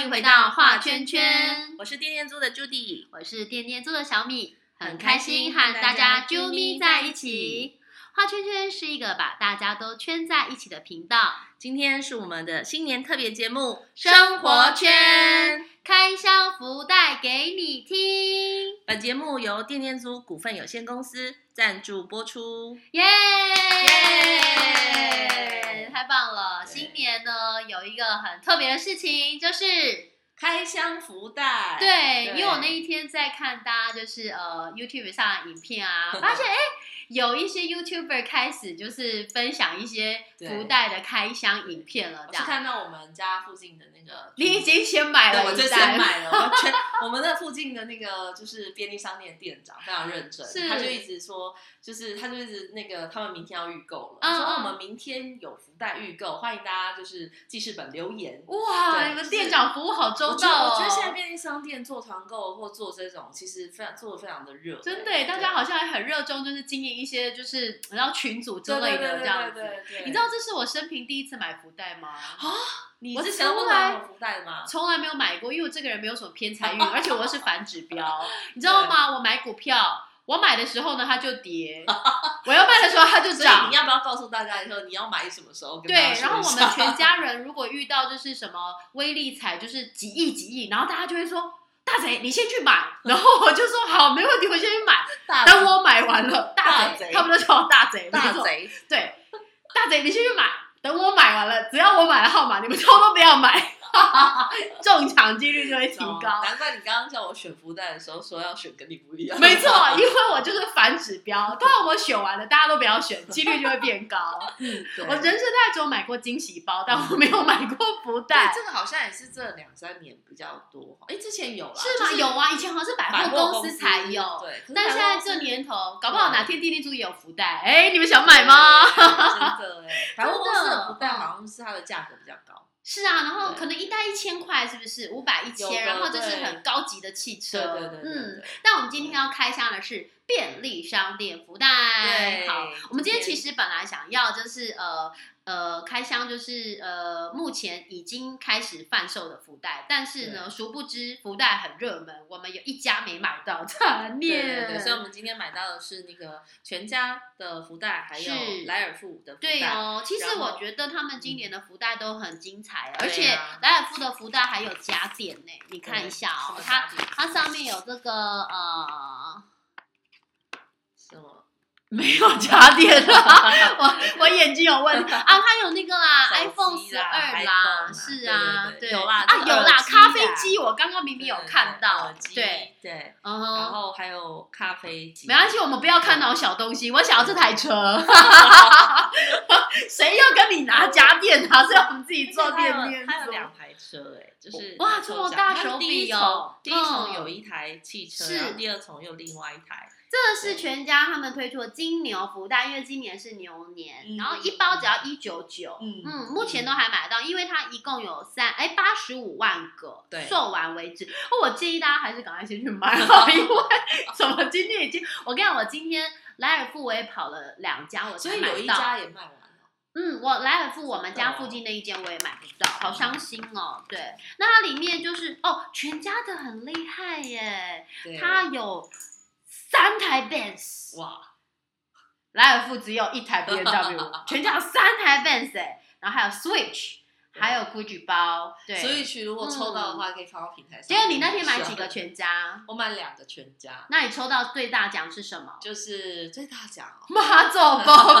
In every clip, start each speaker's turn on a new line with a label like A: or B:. A: 迎回到画圈圈，
B: 我是店店租的 Judy，
A: 我是点点做的小米，很开心和大家啾咪在一起。画圈圈是一个把大家都圈在一起的频道，
B: 今天是我们的新年特别节目《
A: 生活圈开箱福袋给你听，
B: 本节目由店店租股份有限公司赞助播出。
A: 耶、
B: 耶
A: 太棒了！
B: 对
A: 新年呢有一个很特别的事情，就是
B: 开箱福袋，
A: 对，
B: 对
A: 因为我那一天在看大家就是呃 YouTube 上的影 片啊，发现哎、诶有一些 YouTuber 开始就是分享一些
B: 对
A: 福袋的开箱影片了，
B: 我
A: 这
B: 是
A: 样。
B: 看到我们家附近的那个，
A: 你已经先买
B: 对
A: 了
B: 我
A: 一
B: 就
A: 袋
B: 先买了，我 全我们那附近的那个就是便利商店店长非常认真，
A: 是
B: 他就一直说，就是他就一直那个他们明天要预购了，
A: 嗯
B: 他说、哦
A: 嗯
B: 我们明天有福袋预购，欢迎大家就是记事本留言。
A: 哇，
B: 对
A: 你们
B: 就是
A: 店长服务好周
B: 我觉得
A: 到哦！
B: 我觉得现在便利商店做团购或做这种，其实非常做的非常的热，欸
A: 真的
B: 对
A: 耶，大家好像也很热衷，就是经营一些就是然后群组之
B: 对
A: 类
B: 对
A: 的
B: 对
A: 这样
B: 对
A: 子。
B: 对对，
A: 你知道这是我生平第一次买福袋吗？
B: 你
A: 我
B: 之前不
A: 从来
B: 买福袋吗？
A: 从来没有买过，因为我这个人没有什么偏财运，而且我又是反指 标，你知道吗？我买股票，我买的时候呢它就跌，我要卖的时候它就
B: 所以
A: 涨
B: 你。要不要告诉大家以后你要买什么时候？跟
A: 对
B: 大家，
A: 然
B: 说
A: 后
B: 一
A: 我
B: 下
A: 们全家人如果遇到就是什么微利彩，就是几亿几亿，然后大家就会说大贼你先去买，然后我就说好没问题，我先去买。
B: 大
A: 等我买完了，大
B: 大
A: 贼
B: 贼
A: 他们都叫我大贼，没
B: 大
A: 错
B: 贼，
A: 对，大贼你先去买，等我买完了，只要我买了号码，你们通通不要买， 中奖几率就会提
B: 哦
A: 高。
B: 难怪你刚刚叫我选福袋的时候说要选跟你不一样。
A: 没错，因为我就是反指 标，通常我选完了，大家都不要选，几率就会变高。
B: 对，
A: 我人生大概只有买过惊喜包，但我没有买过福袋
B: 对。这个好像也是这两三年比较多。哎，之前有啦，
A: 是吗？
B: 就
A: 有啊，以前好像是百
B: 百
A: 货
B: 货
A: 公司才有，
B: 对。可是
A: 但现在
B: 百货公司
A: 这年头，搞不好哪天地利珠也有福袋。哎，你们想买吗？？
B: 对真的哎，百货公司的福袋
A: 嗯
B: 好像是它的价格比较高。
A: 是啊，然后
B: 对
A: 可能一袋一千块，是不是五百一
B: 有的
A: 千？然后就是
B: 对
A: 很高级的汽车。
B: 对对对对
A: 嗯，
B: 对。
A: 那我们今天要开箱的是便利商店福袋。
B: 对
A: 哎好，我们今天
B: 今
A: 其
B: 天
A: 实本来想要就是呃呃开箱就是呃目前已经开始贩售的福袋，但是呢，殊不知福袋很热门，我们有一家没买到，惨
B: 对
A: 念。
B: 对对，所以我们今天买到的是那个全家的福袋，还
A: 是
B: 有莱尔富的福
A: 对
B: 袋。
A: 哦，其实
B: 然后嗯
A: 我觉得他们今年的福袋都很精彩，而
B: 对
A: 且
B: 啊
A: 莱尔富的福袋还有加点呢，你看一下哦，它
B: 什么
A: 它上面有这个呃，
B: 什么？
A: 没有家 电啦，我我眼睛有问题啊，它有那个啦
B: 手机啦
A: ，iPhone 十二啦，
B: iPhone 啦
A: 是啊，
B: 对对对
A: 有
B: 有啦
A: 啊
B: 这个
A: 有啦
B: 耳，机
A: 咖
B: 啦
A: 啡机我刚刚明明有看到
B: 耳，机
A: 对，
B: 对，
A: 嗯
B: 然
A: 哼，
B: 后还有咖啡机，
A: 没关系，我们不要看那种小东西，我想要这 台车，谁要跟你拿家电啊？是要我们自己做
B: 它
A: 店
B: 有
A: 面
B: 它有
A: 做
B: 两台车哎，就是
A: 哇
B: 它抽
A: 这么
B: 奖
A: 大
B: 它
A: 手
B: 第一
A: 笔
B: 层
A: 哦
B: 第一层
A: 嗯
B: 有一台汽车，
A: 是
B: 然后第二层又另外一台，
A: 这是全家他们推出的金牛福袋，因为今年是牛年，
B: 嗯
A: 然后一包只要一九九，
B: 嗯
A: 嗯，目前都还买得到，因为它一共有三哎八十五万个，
B: 对
A: 售完为止。哦我建议大家还是赶快先去买好，因 为怎么今天已经，我跟你讲，我今天莱尔富我也跑了两家，我
B: 所
A: 才
B: 以
A: 买
B: 有一
A: 到。
B: 家也哦卖完了。
A: 嗯，我莱尔富我们家附近那一间我也买不到，好伤心哦。对，那它里面就是哦，全家的很厉害耶，
B: 对，
A: 它有三台 Benz。
B: 哇，
A: 莱尔富只有一台 B N W，全家有三台 Benz，、欸、然后还有 Switch，还有 GUCCI 包，对。嗯
B: 所以，啊去如果抽到的话，可以放到平台上。
A: 结果你那天买几个？全家？
B: 我买两个全家，
A: 那你抽到最大奖是什么？
B: 就是最大奖 哦，
A: 妈祖 包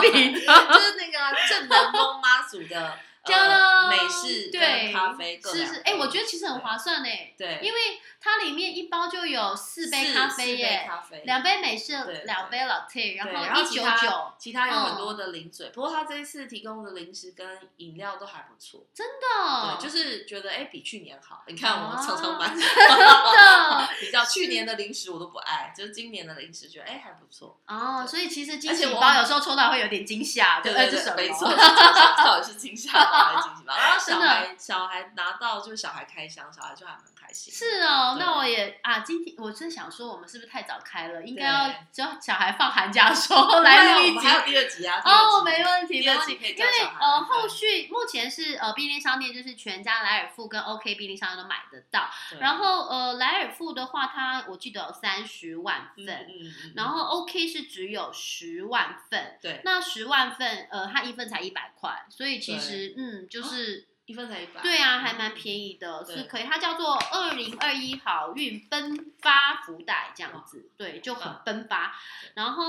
A: 饼，
B: 就是那个正南宫妈祖 的
A: 加
B: 呃美式跟
A: 对
B: 咖啡各
A: 是
B: 两
A: 是，
B: 个，
A: 哎、我觉得其实很划算诶，
B: 对，
A: 因为它里面一包就有四杯
B: 四
A: 咖啡
B: 四
A: 耶、
B: 杯咖啡
A: 两杯美式
B: 对，
A: 两杯 latte，
B: 对
A: 然后一
B: 其
A: 九
B: 他
A: 九，
B: 其他有
A: 嗯
B: 很多的零嘴，不过他这一次提供的零食跟饮料都还不错，
A: 的，
B: 对， 就是是觉得哎、比去年好。你看我
A: 哦
B: 常常买，
A: 的
B: 比较去年的零食我都不爱，就是今年的零食觉得哎、还不错，
A: 哦。所以其实惊
B: 而且
A: 喜
B: 我
A: 包有时候抽到会有点惊吓，
B: 对
A: 不对？
B: 对
A: 这什
B: 对，
A: 么
B: 没错，是惊喜到底是惊吓包还是惊喜包？然后
A: 真
B: 小
A: 的
B: 孩小孩拿到就是小孩开箱，小孩就还蛮开心。
A: 是哦，
B: 对
A: 那我也啊，今天我真想说，我们是不是太早开了？应该
B: 对
A: 要叫小孩放寒假的时候
B: 不会啊
A: 来录
B: 我
A: 一
B: 们
A: 集。
B: 还有第二集啊。第二集
A: 哦，没问题，
B: 第
A: 没
B: 二
A: 问
B: 集
A: 题
B: 可以。
A: 因
B: 叫
A: 为
B: 小孩
A: 呃，
B: 对
A: 后续目前是呃便利商店，就是全家、莱尔富跟 OK 便利商店都买得到。
B: 对
A: 然后呃，莱尔富的话，它我记得有三十万
B: 嗯
A: 份，
B: 嗯嗯，
A: 然后 OK 是只有十万份。
B: 对
A: 那十万份，呃，它一份才一百块，所以其实嗯，
B: 哦
A: 就是、
B: 一份才一百，
A: 对啊，还蛮便宜的，
B: 嗯对
A: 是可以。它叫做二零二一好运奔发福袋这样子，对，就很
B: 棒
A: 奔发
B: 嗯对。
A: 然后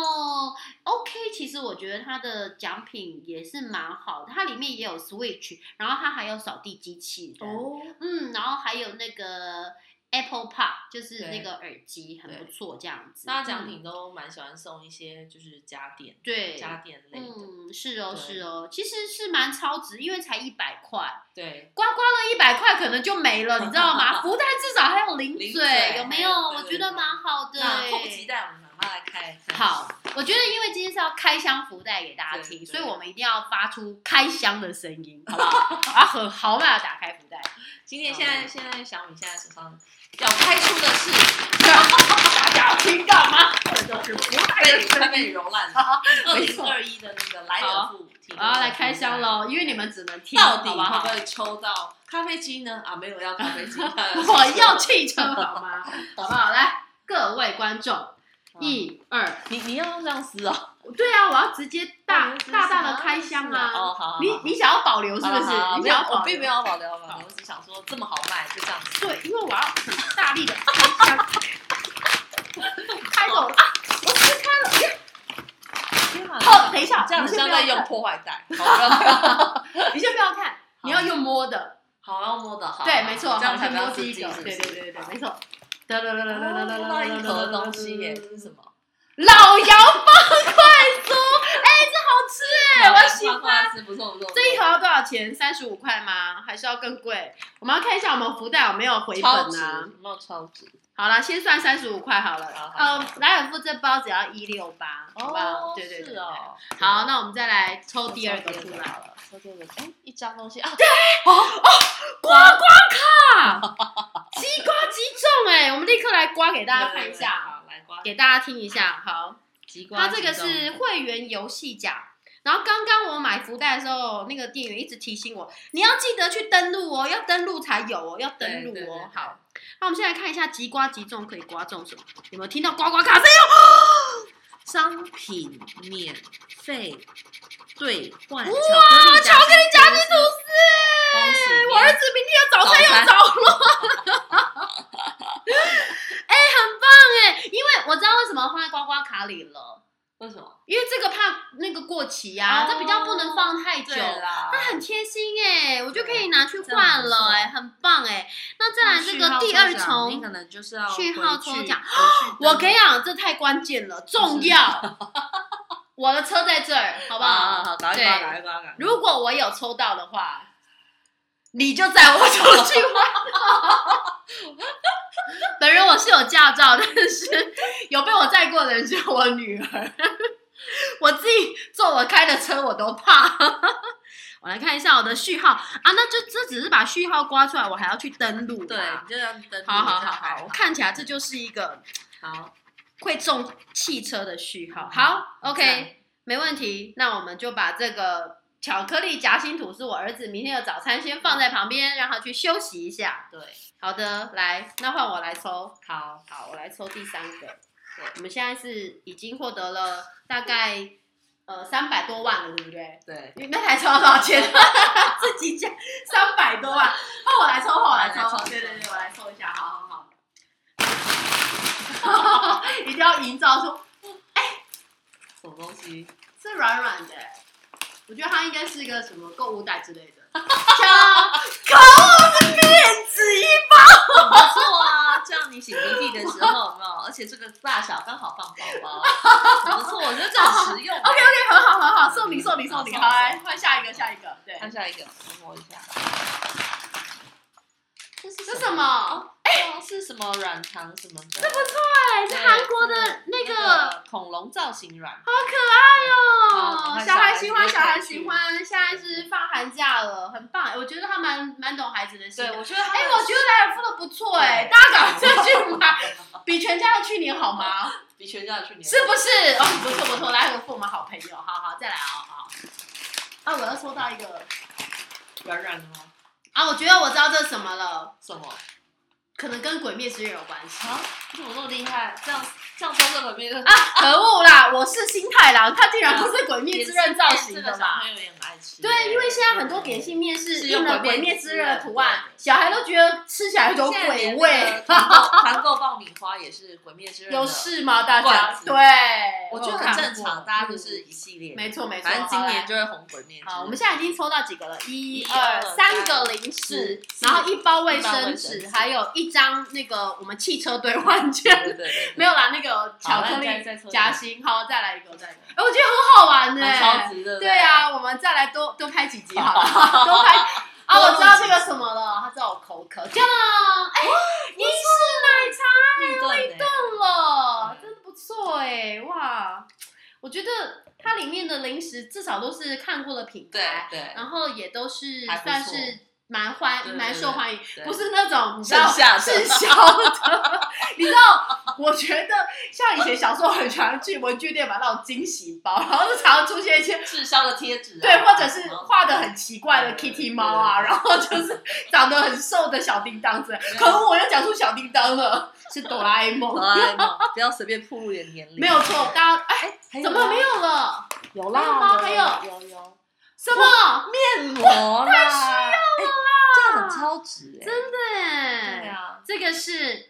A: OK，其实我觉得它的奖品也是蛮好的，它里面也有 Switch，然后它还有扫地机器人，
B: 哦，
A: 嗯，然后还有那个 Apple Pod，就是
B: 对
A: 那个耳机，很
B: 对
A: 不错这样子。
B: 大家奖
A: 嗯
B: 品都蛮喜欢送一些就是家电，
A: 对
B: 家电类的，
A: 嗯，是哦，
B: 对
A: 是哦，其实是蛮超值，因为才一百块，
B: 对，
A: 刮刮乐一百块可能就没了，你知道 吗？福袋至少还有零
B: 零
A: 嘴
B: 嘴，
A: 有没
B: 还有
A: 我
B: 对对
A: 觉得
B: 对
A: 蛮好的
B: 那
A: 欸。
B: 迫不及待我们赶快来开来看，
A: 好，我觉得因为今天是要开箱福袋给大家
B: 对
A: 听，
B: 对
A: 所以我们一定要发出开箱的声 音，好不好？啊，很豪迈的打开福袋，
B: 今天现
A: 嗯
B: 在现在小米现在手上要开出的是
A: 大家要听干嘛？这就是福袋的
B: 被
A: 声
B: 快
A: 音。
B: 被揉烂的二
A: 没
B: 零
A: 错
B: 二一的那个莱尔富提供的
A: 好，来开箱
B: 福袋。
A: 喽，因为你们只能听，
B: 到底会
A: 好不
B: 不
A: 好？
B: 会抽到咖啡机呢？啊，没有要咖 啡机，呃
A: 我要汽车 好吗？好不好？来，各位观众，
B: 一，
A: 一二，
B: 你你要这样撕哦，
A: 对啊，我要直接
B: 哦
A: 大
B: 你是
A: 大大
B: 想
A: 的
B: 要
A: 开箱
B: 撕哦，
A: 啊！
B: 好好，好
A: 你你想要保留是
B: 好
A: 不
B: 了
A: 是
B: 好了？
A: 你
B: 没有
A: 想要，
B: 我
A: 保
B: 并没
A: 留？
B: 有要保留，保留我只想说这么好卖就这样。
A: 对，因为我要很大力的开箱，开 走了啊！我撕开了，耶哦，等一下，
B: 这样
A: 你
B: 子
A: 先
B: 像
A: 不要
B: 在用
A: 看，
B: 破坏 袋。好，不要不要
A: 你先不要看，你要用摸的，
B: 好要摸的，好，
A: 对，没错，
B: 这样
A: 好
B: 才
A: 先
B: 不
A: 摸
B: 要
A: 第
B: 刺
A: 一
B: 激
A: 个，
B: 是不
A: 对
B: 是
A: 对对对，没错。哒哒哒哒哒哒
B: 哦摸
A: 哒哒
B: 到
A: 哒
B: 一盒东西耶，这
A: 哒
B: 是什么？
A: 老姚方块酥， 哎、这好吃哎、我喜
B: 花
A: 欢。
B: 花是不错不错，
A: 这一盒要多少钱？三十五块吗？还是要更贵？我们要看一下我们福袋有没有回
B: 超
A: 本
B: 值，
A: 啊
B: 有。没有超值？
A: 好啦，先算三十五块好了。
B: 好好哦
A: 呃，莱尔富这包只要一六八，好不好？对对对
B: 是。哦。
A: 对好，那我们再来抽
B: 抽
A: 第二个出
B: 第二
A: 来。
B: 好了，抽第二个，哎，一张东西啊，
A: 刮刮卡，即刮即中哎、我们立刻来刮给大家看一下，
B: 好，来刮，
A: 给大家听一下。好，
B: 极
A: 它这个是会员游戏奖。然后刚刚我买福袋的时候，那个店员一直提醒我，你要记得去登录哦，要登录才有哦，要登录
B: 对对对
A: 哦
B: 对。
A: 好，那我们现在看一下即刮即中可以刮中什么？有没有听到刮刮卡声音？
B: 商品免费兑换巧克力
A: 巧克力夹
B: 心
A: 心吐
B: 吐司，
A: 司！
B: 恭喜
A: 我儿子明天有早餐
B: 早餐
A: 有着落。 哎、很棒哎，因为我知道为什么放在刮刮卡里了，
B: 为什么？
A: 因为这个怕那个过期啊，
B: 哦
A: 这比较不能放太久。
B: 啦
A: 它很贴心哎、我就可
B: 对
A: 以拿去
B: 这样
A: 换
B: 不
A: 了
B: 错
A: 哎、很棒哎、那再来这个第二重
B: 你可，能就是要
A: 序
B: 回
A: 号
B: 去
A: 抽奖，哦
B: 回去
A: 我跟你
B: 登
A: 讲，这太关键了，重要。 我的车在这儿，
B: 好
A: 好不
B: 不好？啊好
A: 好？
B: 好，赶快
A: 对
B: 刮，赶快刮，赶快
A: 如果我有抽到的话，你就载我出去玩。 本人我是有驾照，但是有被我载过的人只有我女儿。 我自己坐我开的车我都怕。 我来看一下我的序号啊，那就这只是把序号刮出来，我还要去登录。
B: 对，你就让登录
A: 好好
B: 一
A: 好
B: 下
A: 好，我看起来这就是一个
B: 好
A: 会中汽车的序号。好，OK，没问题，那我们就把这个巧克力夹心吐司，我儿子明天的早餐先放在旁边，让他去休息一下。
B: 对，
A: 好的，来，那换我来抽。
B: 好
A: 好，我来抽第三个
B: 对。
A: 我们现在是已经获得了大概呃三百多万了，对不对？
B: 对，
A: 你那台抽到多少钱？ 自己讲三百多万。换我来抽，换我来
B: 来抽
A: 抽。对对对，我来抽一下，好好 好。一定要营造出
B: 什么东西？
A: 是软软的欸、我觉得它应该是一个什么购物袋之类 的。可恶的面子一
B: 不错啊，这样你擤鼻涕的时候有没有？而且这个大小刚好放包包，很不错，我觉得这很实用。啊
A: ，OK OK，很 好很好，送你送你
B: 好
A: 送你，
B: 送
A: 好来换下一个下一个，对，
B: 看下一个，我摸一下，这
A: 这
B: 是
A: 什？么？哎、
B: 哦是什么软糖什么的，这不错
A: 对，是韩国的那个，
B: 恐龙造型软
A: 好可
B: 好
A: 爱
B: 赶快
A: 哦！小孩
B: 下来
A: 喜欢，
B: 直接
A: 小孩
B: 看剧
A: 喜欢。现在是放寒假了，很棒，欸我觉得他蛮蛮懂孩子的心
B: 对，
A: 的。
B: 我觉得他
A: 哎，
B: 们
A: 我觉得莱尔夫的不错哎，
B: 对
A: 大家赶快去买，比全家的去年好吗？
B: 比全家的去年
A: 是不是？哦，不错不错，莱尔夫我们好朋友，好好再来啊、好。啊，我要说到一个
B: 软软的吗？
A: 啊，我觉得我知道这是什么了，
B: 什么？
A: 可能跟《鬼灭之刃》有关系。
B: 啊，你怎么那么厉害？这样这样说这个面
A: 啊，可恶啦！我是新太郎，他竟然不是《鬼灭之刃》造型
B: 这
A: 的
B: 个小
A: 嘛
B: 朋？友也很爱吃。
A: 对，因为现在很多点心面是
B: 啊是
A: 用
B: 用
A: 了《鬼
B: 鬼灭
A: 灭之
B: 之
A: 刃》的
B: 刃
A: 图案
B: 对，
A: 小孩都觉得吃起来有
B: 现在
A: 鬼
B: 连
A: 味
B: 那个，团购团购爆米花也是《鬼灭之刃》的
A: 有事吗？大家
B: 罐子
A: 对，
B: 我觉
A: 有
B: 得
A: 看
B: 很正
A: 过
B: 常，大家就是一系列
A: 嗯
B: 的。
A: 没错没错。
B: 反正今
A: 好来
B: 年就会红《鬼灭之刃》。
A: 好，我们现在已经抽到几个了？一、
B: 一
A: 二、
B: 二
A: 三个零食
B: 四，
A: 然后一包卫
B: 一包卫
A: 生
B: 生
A: 纸，
B: 纸
A: 还有一张那个我们汽车兑换券。
B: 对对对，
A: 没有啦，那个巧克
B: 那再
A: 力
B: 再抽一个
A: 夹心。好，再来一个，再来一个。哎，我觉得很好玩
B: 蛮超
A: 呢。
B: 值的。
A: 对，啊，我们再来多多拍 几集好了，多拍。啊，我知道这个什么了，他知道我口渴，这样哎，英
B: 绿盾的。
A: 式奶茶了，真的不错哎，哇！我觉得它里面的零食至少都是看过的品
B: 对
A: 牌，
B: 对，
A: 然后也都是
B: 还不错
A: 算是蛮欢
B: 对对
A: 蛮受欢迎，
B: 对
A: 不是那种你知道
B: 剩下的
A: 滞销的。 你知道，我觉得像以前小时候很喜欢去文具店买那种惊喜包，然后就常常出现一些。
B: 滞销的贴纸啊。
A: 对，或者是画的很奇怪的
B: 对对对
A: Kitty 猫啊，
B: 对对对
A: 然后就是长得很瘦的小叮当之类。可恶，我又讲出小叮当了，是哆啦 A
B: 好
A: 梦，
B: 啦。不要随便暴露你的年龄。
A: 没有错。大家哎，
B: 哎，还
A: 怎么没有了？
B: 有？有
A: 还有吗
B: 啦，
A: 还
B: 有有有
A: 什么？
B: 面膜啦，太需要了这样很超值哎。
A: 真的？
B: 对
A: 对
B: 啊，
A: 这个是
B: 什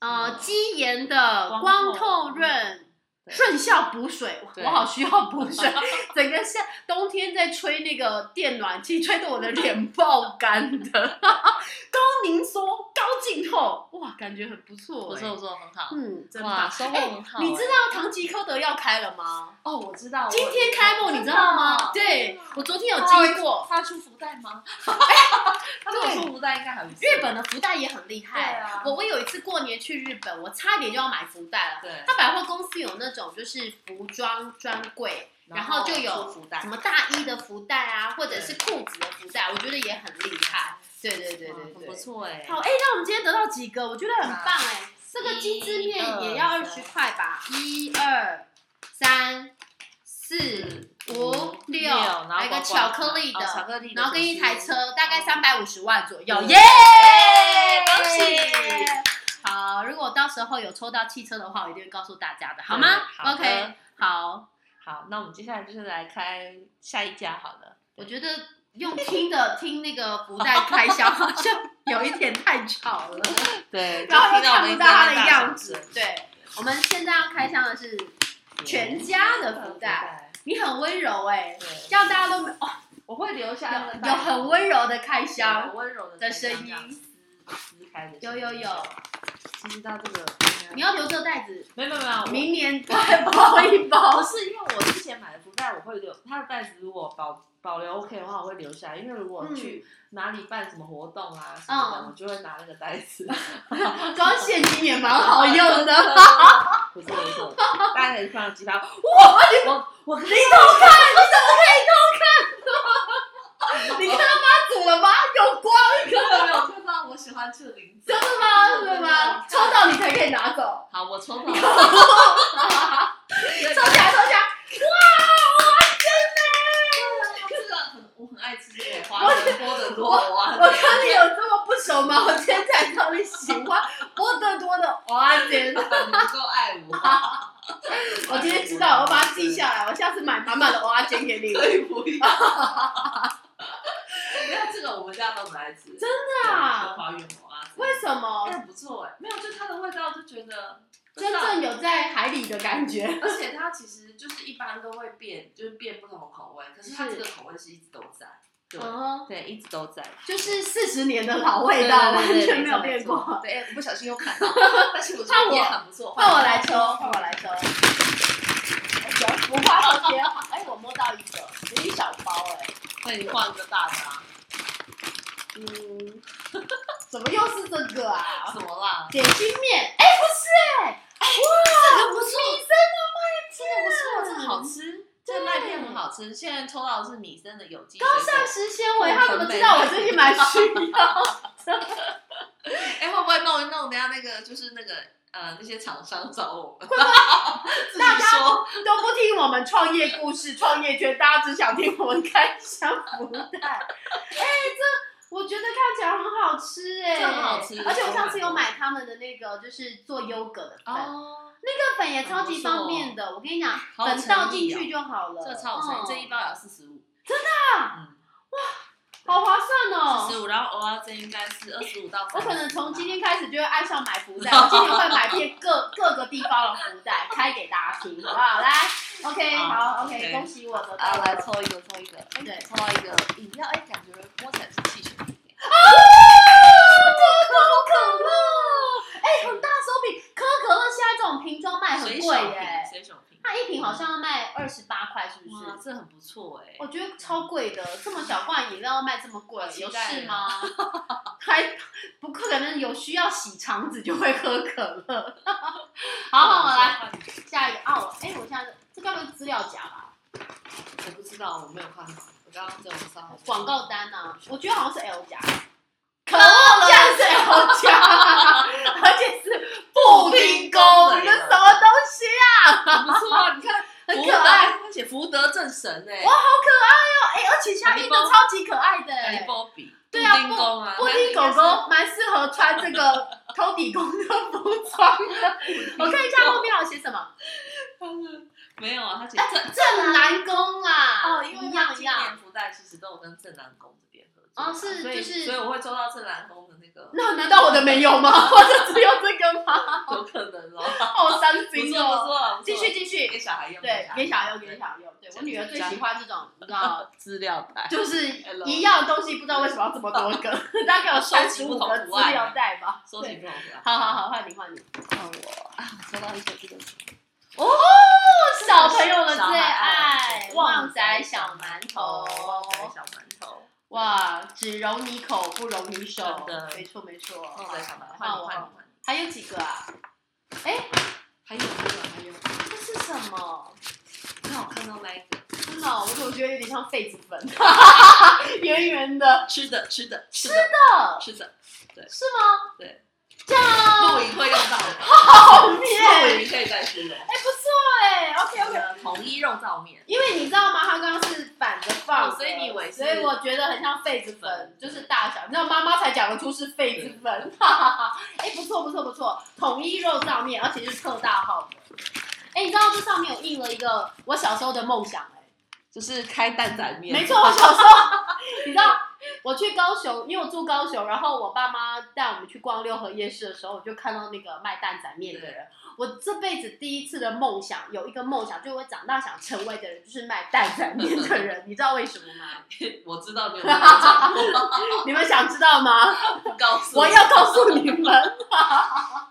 A: 呃
B: 么
A: 肌研的
B: 嗯
A: 光
B: 光
A: 透
B: 透嗯
A: 润
B: 对
A: 顺效补水，
B: 对
A: 我好需要 补水，整个夏冬天在吹那个电暖气，吹得我的脸爆干的。 高凝缩、高浸透，哇，感觉很不
B: 不
A: 错、欸
B: 错不，错，很好。
A: 嗯，真
B: 哇
A: 棒。
B: 收获
A: 哎
B: 很好
A: 你
B: 哎
A: 知道唐吉诃德要开了吗？
B: 哦，我知道，
A: 今天开幕，你知道
B: 哦
A: 吗？对，我昨天有经过。
B: 发出福袋吗？哎他如果出福袋应该还不错
A: 日本的福袋也很厉害。
B: 对啊
A: 我我有一次过年去日本，我差点就要买福袋了。
B: 对
A: 它百货公司有那种就是服装专柜，然后就有
B: 出福袋
A: 什，么大衣的福袋啊，或者是裤子的福袋，我觉得也很厉害。对对对对
B: 哇很
A: 对，
B: 不错哎。
A: 好，哎、那我们今天得到几个？我觉得很棒哎、这个鸡汁面也要
B: 一
A: 二
B: 二
A: 十
B: 三
A: 块吧？一二三四五六，
B: 然后
A: 来个
B: 刮刮
A: 巧克力
B: 哦巧
A: 的，
B: 克力的，
A: 然后跟一台车，大概三百五十万左右，
B: 对
A: 耶！恭喜
B: 耶！
A: 好，如果到时候有抽到汽车的话，我一定会告诉大家的，嗯好吗
B: 对好的
A: ？OK，好，
B: 好，那我们接下来就是来开下一家好了。
A: 我觉得用听的听那个福 袋开销好像有一点太 吵了，
B: 对，
A: 然后
B: 就
A: 又
B: 听到我们
A: 看不
B: 一大
A: 到它的样
B: 小
A: 子
B: 声。
A: 对，我们现在要开箱的是全家的福袋，，你很温柔哎、
B: 对
A: 这样大家都没嗯哦，
B: 我会留下那个
A: 有有很温柔的开
B: 有
A: 箱，
B: 温柔
A: 的
B: 的
A: 声音
B: 撕撕开的声
A: 有
B: 音，
A: 有有，
B: 其实到这个，
A: 你要留这个袋子，
B: 没有没有没有，我
A: 明年再包一包
B: 不。是，因为我之前买的福袋，我会留它的袋子，如果保保留 OK 的话，我会留下来，因为如果去哪里办什么活动啊什么的，
A: 嗯
B: 我就会拿那个袋子。
A: 装现金也蛮好用的。
B: 不错不错，大家可以放吉他。哇，我我可以
A: 你看他妈祖了吗？有光，
B: 没有看到我喜欢吃的零食
A: 真。的吗？真的吗？抽到你才可以拿走，
B: 好，我抽到了，
A: 抽起来，抽起来。
B: 这个很我很爱吃这个花生波的多哇，
A: 我看你有这么不熟吗？我今天才知道你喜欢波特多的蚵仔煎。
B: 你够爱我。
A: 我今天知道，我把它记下来，我下次买满满的蚵仔煎给你。
B: 可以不要。没有这个，我们家都很爱吃，真
A: 的啊
B: 花园魔啊，
A: 为什么？
B: 但不错哎，没有，就它的味道就觉得不
A: 真
B: 知道
A: 正有在海里的感觉。
B: 而且它其实就是一般都会变，就是变不同的口味，可是它这个口味是一直都在，对
A: 哦，
B: 对，一直都在，
A: 就是四十年的老味道，完
B: 对对对
A: 全没有
B: 错
A: 变
B: 错
A: 过。
B: 对，哎不小心又看到， 但是我觉
A: 换
B: 得
A: 我
B: 也很不错。
A: 换我来抽，换我来抽。哎我花特别好，哎，我摸到一个，有一小包哎。
B: 那你换一个大的啊，
A: 嗯，怎么又是这个啊？
B: 怎么啦？
A: 点心面，哎、不是哎、哇，这个不错，
B: 这个不错，这
A: 嗯
B: 个好吃，这个麦片很好吃。现在抽到的是米生的有机水
A: 高膳
B: 果，
A: 食纤维，他怎么知道我最近蛮需要？
B: 哎，会不会弄一弄？等一下那个就是那个呃，那些厂商找我们， 自己
A: 大家
B: 说
A: 都不听我们创业故事、创业圈，大家只想听我们开箱福袋。 哎、这我觉得看起来很好吃哎、
B: 这很好吃
A: 而且我上次有买他们的那个，就是做优格的粉，
B: 哦，
A: 那个粉也超级方便的。我跟你讲，
B: 好有
A: 粉倒
B: 诚意
A: 进
B: 哦
A: 去就好了。
B: 这个超好
A: 嗯
B: 吃，这一包也要四十五，嗯
A: 好划算哦。
B: 四十五，然后偶尔这应该是二十五到35吧，嗯
A: 我可能从今天开始就会爱上买福 袋，我今天会买遍各各个地方的福袋，开给大家听，好不好？来，OK，
B: 好
A: 好
B: OK
A: ，OK，恭喜我得到
B: 啊，来
A: 了。
B: 抽一个，抽一个，哎
A: 对
B: 抽到一个饮料，哎，感觉摸起来是汽水。
A: 可口可乐，哎，很大手笔，可口可乐现在这种瓶装卖很
B: 水
A: 贵
B: 手瓶
A: 耶，，
B: 水手瓶，
A: 它一瓶好像要卖二十八块，是不
B: 哇，
A: 是？
B: 这很不错哎。
A: 我觉得超贵的，这么小罐饮料要卖这么贵
B: 好，期
A: 有
B: 待啊
A: 事 吗？还不可能有需要洗肠子就会喝 可乐。好，好，我来。
B: 换你，
A: 下一个啊，我哎、我现在这该不是资料夹吧？
B: 我不知道，我没有看到，我刚刚在网上
A: 广告单啊，我觉得好像是 L 夹，可恶，竟然是 L 夹， 而且是不平工，你们什么东西啊？
B: 很不错啊，你 看
A: 很可爱，
B: 福德，而且福德正神哎，
A: 哇，好可爱哦！哎、而且下面都超级可爱的、
B: 海
A: 哎
B: 狸波比，
A: 对啊
B: 布丁公啊，
A: 布丁狗狗蛮适合穿这 个头底工的服装 的。我看一下后面有写什么，
B: 没有啊，他其实正
A: 正南宫啦，
B: 哦，因为
A: 一
B: 他
A: 样一
B: 今
A: 样。
B: 年福袋其实都有跟正南宫这边合作嘛，
A: 哦是
B: 所以
A: 就是哦
B: 所以我会抽到正南宫的那个，
A: 那难道我的没有 吗？或者只有这个吗？
B: 有可能哦，
A: 好伤
B: 不错不
A: 心
B: 错
A: 哦。
B: 不错，
A: 继续继续，
B: 给小孩用，
A: 对，给小
B: 孩
A: 孩用，给小孩用。对我女儿最喜欢这种，你知道，
B: 资料袋，
A: 就是一样东西，不知道为什么要这么多 个，大概有三十五个资料袋吧。
B: 收起不同的，
A: 好好好，换你换你。
B: 看我啊，我抽到一个这个
A: 哦，小朋友的最爱，旺仔小馒头。
B: 旺仔小馒头，
A: 哇，只容你口，不容你手
B: 真。的
A: 没错没错。
B: 旺仔小馒头，换
A: 换
B: 你换
A: 我换我
B: 你换你，
A: 还有几个啊？
B: 还有还有还有，
A: 这是什么？
B: 刚好看到那一个
A: 真的哦，我怎么觉得有点像痱子 粉，圆圆的，
B: 吃的吃的吃的吃的，
A: 是吗？
B: 对，
A: 这样啊
B: 露营会用到的，
A: 泡
B: 露
A: 面。
B: 营可以带吃的，
A: 哎、不错哎、o k OK。
B: 统一肉燥面。
A: 因为你知道吗？它刚刚是反着放的、
B: 哦所以你以为是
A: 所以我觉得很像痱子粉，就是大小。你知道妈妈才讲得出是痱子粉，哈哈哈。哎、不错不错不错，统一肉燥面，而且是特大号的。哎、你知道这上面有印了一个我小时候的梦想哎、
B: 就是开蛋仔面，
A: 没错，我小时候，你知道，我去高雄，因为我住高雄，然后我爸妈带我们去逛六合夜市的时候，我就看到那个卖蛋仔面的人。我这辈子第一次的梦想，有一个梦想，就是我长大想成为的人，就是卖蛋仔面的人。你知道为什么吗？
B: 我知道你有没有讲过，
A: 你们想知道吗？
B: 不告诉
A: 我要告诉你们，因为啊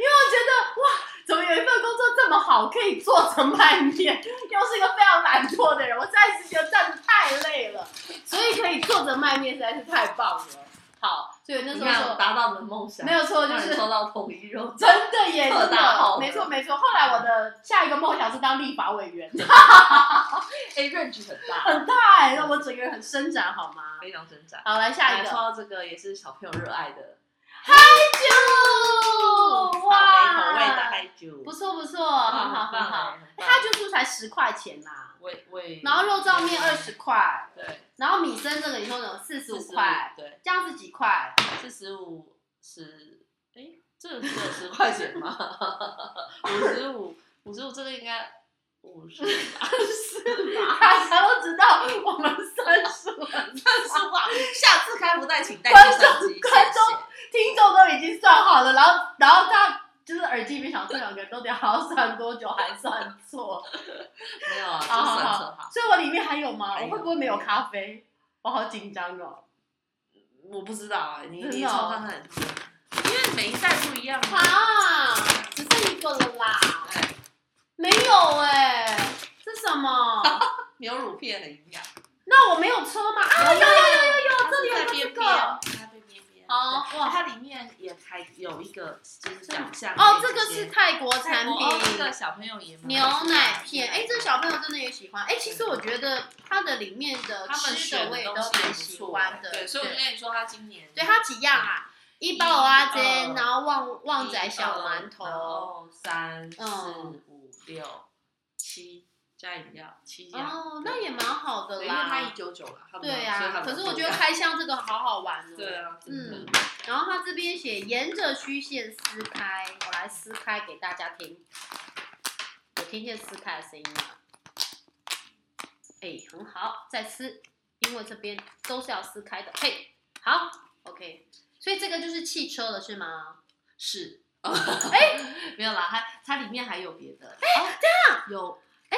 A: 我觉 得哇，怎么有一份工作这么好，可以做成卖面？ 又是一个非常懒惰的人，我实在是觉得站太累了，所以可以坐着卖面实在是太棒了。好，所以那
B: 你
A: 时候
B: 看我
A: 说
B: 达到你的梦想，
A: 没有错，就
B: 让你
A: 是
B: 抽到统一肉 燥，
A: 真的耶，
B: 特
A: 真
B: 大
A: 的
B: 号，
A: 没错没错。后来我的下一个梦想是当立法委员，
B: 哎，range 很大，
A: 很大哎，让我整个人很伸展好吗？
B: 非常挣扎。
A: 好，来下一
B: 来
A: 个
B: 抽。到这个也是小朋友热爱的草莓
A: 啾
B: 口味的嗨酒，
A: 不错不错，嗯很好很嗯好。，它就素才十块钱啦，
B: 味味，
A: 然后肉燥面二十块，
B: 对
A: 然后米生这个你说的四十五
B: 45
A: 块，
B: 对，
A: 这样是几 块？
B: 四十五十，哎，这 个只有十块钱吗？ 五十五，五十五，这个应该五 十吧，是吧？
A: 大家都知道我们算数了，
B: 是吧？啊下次开福袋请带计算机，
A: 观众
B: 谢谢
A: 听众都已经算好了，然后然后他。就是耳机里面想这两个人都得好好算多久还算错，
B: 没有啊，就
A: 好好
B: 算车
A: 好
B: 好，。
A: 所以我里面还有吗？
B: 还有
A: 我会不会没有咖啡？我好紧张哦。
B: 我不知道啊，你
A: 真
B: 你
A: 的
B: 抽
A: 哦
B: 看看，因为每一代不一样嘛。
A: 啊，只剩一个了啦，
B: 哎，
A: 没有哎、这什么？
B: 牛乳片很营养。
A: 那我没有车吗？啊，有有有有有，这里有
B: 它是在
A: 个这
B: 边
A: 个
B: 边，它在边边。
A: 好哇
B: 它里面也还有一个就是奖项
A: 哦，
B: 给
A: 这个
B: 些
A: 是泰国
B: 泰
A: 产
B: 国哦这个
A: 品。
B: 小朋友也蛮
A: 牛
B: 喜
A: 奶
B: 欢
A: 片，
B: 的
A: 哎、这小朋友真的也喜欢。哎、其实我觉得它的里面的
B: 他们
A: 吃
B: 选
A: 的我也都
B: 东西也
A: 蛮
B: 不
A: 喜
B: 错
A: 欢的。
B: 对，所以我就
A: 对
B: 跟你说，他今年
A: 对它几样啊，一包蚵仔煎，
B: 一二呃
A: 然后旺旺仔
B: 一
A: 小
B: 二
A: 馒头，
B: 然后三四
A: 嗯
B: 五六七加饮料七样，
A: 哦，那也蛮好的
B: 对因为他
A: 啦
B: 一。九九了，他们
A: 对
B: 所以他
A: 啊，
B: 们
A: 可是我
B: 不
A: 觉得
B: 一样
A: 开箱这个好好玩哦。
B: 对啊，真的
A: 嗯然后它这边写沿着虚线撕开，我来撕开给大家听。有听见撕开的声音吗？哎，很好，再撕，因为这边都是要撕开的。嘿，好，OK。所以这个就是汽车了，是吗？
B: 是。哎，没有啦，它它里面还有别的，哎，这样有
A: 哎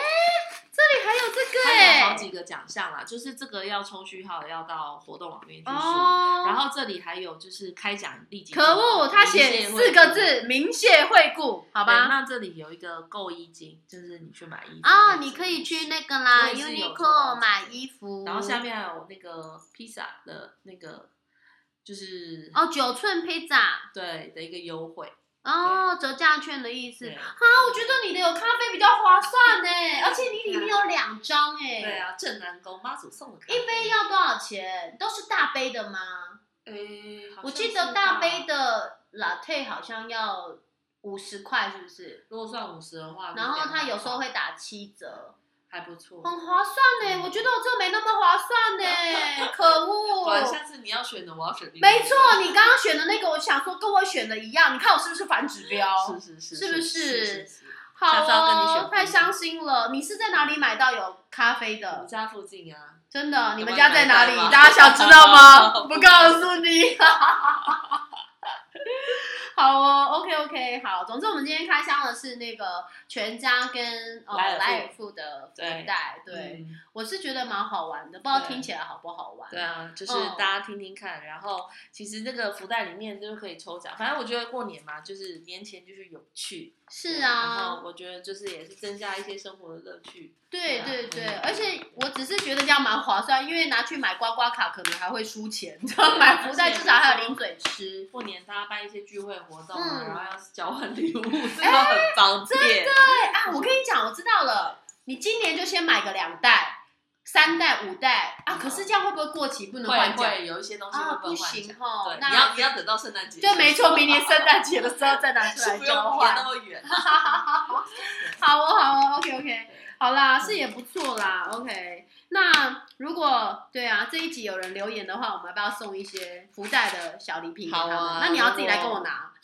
A: 这里还有这个
B: 它
A: 哎、
B: 有好几个奖项啦，就是这个要抽序号的要到活动网面去输，
A: 哦，
B: 然后这里还有就是开奖立即
A: 可恶，它写四个，
B: 明谢惠顾
A: 字“明谢惠顾”，好
B: 好
A: 吧？
B: 那这里有一个购衣金，就是你去买衣服
A: 啊、
B: 这样子
A: 你可以去那个啦
B: 我也是有做到
A: ，Uniqlo
B: 这个
A: 买衣服，
B: 然后下面还有那个披萨的那个，就是
A: 哦九寸披萨。
B: 对的一个优惠，
A: 哦，折价券的意思
B: 对
A: 啊，我觉得你的有咖啡比较划算呢，而且你里面有两张哎，
B: 对，啊，正南宫妈祖送的咖啡
A: 一杯，要多少钱？都是大杯的吗？
B: 诶
A: 我记得大杯，
B: 好像是吧
A: 的 latte 好像要五十块，是不是？
B: 如果算五十的话，
A: 然后它
B: 它
A: 有时候会打七折，
B: 还不错。
A: 很划
B: 嗯
A: 算呢。我觉得我这个没那么划 算呢，可
B: 果然啊
A: 恶。
B: 下次你要选的，我要选另外一
A: 哦没
B: 个
A: 错，你刚刚选的那个，我想说跟我选的一样，你看我是不是反指标？
B: 是是是，
A: 是不是
B: 是是
A: 好
B: 下次要跟你选
A: 哦，
B: 不一
A: 太
B: 样
A: 伤心了。你是在哪里买到有咖啡
B: 我们
A: 的？
B: 家附近啊，
A: 真的，你
B: 有
A: 们
B: 卖
A: 家在哪里？
B: 奶盖吗
A: 大家想知 道吗？不告诉你。 好哦，OK OK，好。总之，我们今天开箱的是那个全家跟呃
B: 莱尔富
A: 莱尔富的福袋，对
B: 嗯，
A: 我是觉得蛮好玩的，不知道
B: 对
A: 听起来好不好玩。
B: 对啊，就是
A: 嗯
B: 大家听听看，然后其实那个福袋里面就是可以抽奖，反正我觉得过年嘛，就是年前就是有趣，
A: 是
B: 然
A: 啊
B: 后，我觉得就是也是增加一些生活的乐趣，
A: 对
B: 对
A: 对
B: 啊嗯，
A: 对而且我只是觉得这样蛮划算，因为拿去买刮刮卡可能还会输钱，这
B: 啊
A: 样买福袋至少还有零嘴吃。
B: 过年大家办一些聚会活动啊，
A: 嗯哎
B: 然后要是交换礼物， 这个很方便。
A: 对啊，我跟你讲，我知道了，你今年就先买个两袋、三袋、五袋啊。
B: 嗯
A: 可是这样会不会过期，不能
B: 会
A: 换奖
B: 会有一些东西会
A: 啊？
B: 不
A: 不
B: 能换
A: 行
B: 奖，
A: 哦
B: 对，，你要
A: 那
B: 你要等到圣诞节，
A: 对，没错，明年圣诞节的时候再拿 出
B: 是
A: 来
B: 不用
A: 交
B: 跑那
A: 换。
B: 么 远。
A: 好哦，好哦，OK OK，好啦，是也不错啦，OK。那如果对啊，这一集有人留言的话，我们要不要送一些福袋的小礼品给他们？
B: 好啊
A: 那你要自己来跟我拿。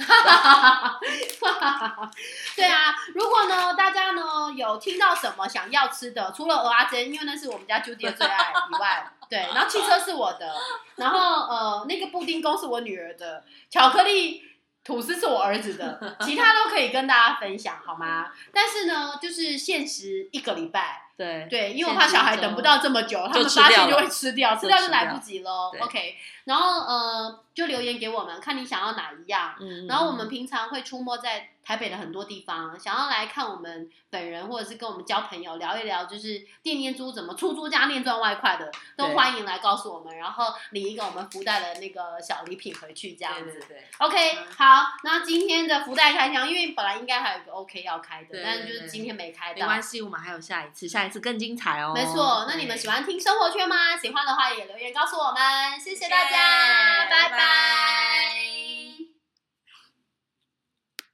A: 对啊，如果呢，大家呢有听到什么想要吃的，除了鹅阿珍，因为那是我们家 Judy 的最爱以外，对， 然后汽车是我的，然后呃，那个布丁公是我女儿的，巧克力吐司是我儿子的，其他都可以跟大家分享，好吗？但是呢，就是限时一个礼拜，
B: 对，
A: 对，因为我怕小孩等不到这么久，他们
B: 吃
A: 发现
B: 掉
A: 就
B: 了
A: 会吃掉，吃
B: 就
A: 掉就
B: 吃
A: 来
B: 掉
A: 不及喽
B: 对。
A: OK，然后呃，就留言给我们，看你想要哪一样。
B: 嗯
A: 然后我们平常会出没在台北的很多地方，想要来看我们本人，或者是跟我们交朋友，聊一聊就是店念租怎么出租加念赚外快的，都
B: 对
A: 欢迎来告诉我们，然后领一个我们福袋的那个小礼品回去，这样
B: 对
A: 子
B: 对。对，
A: OK，
B: 嗯
A: 好，那今天的福袋开箱，因为本来应该还有一个 OK 要开的，
B: 对
A: 但是
B: 对
A: 就是
B: 对
A: 今天没开
B: 没
A: 到。
B: 关系，我们还有下一次，下一次更精彩哦。
A: 没错，那你们喜欢听生活圈吗？喜欢的话也留言告诉我们，谢
B: 对？
A: 谢大家，
B: 谢谢
A: 拜拜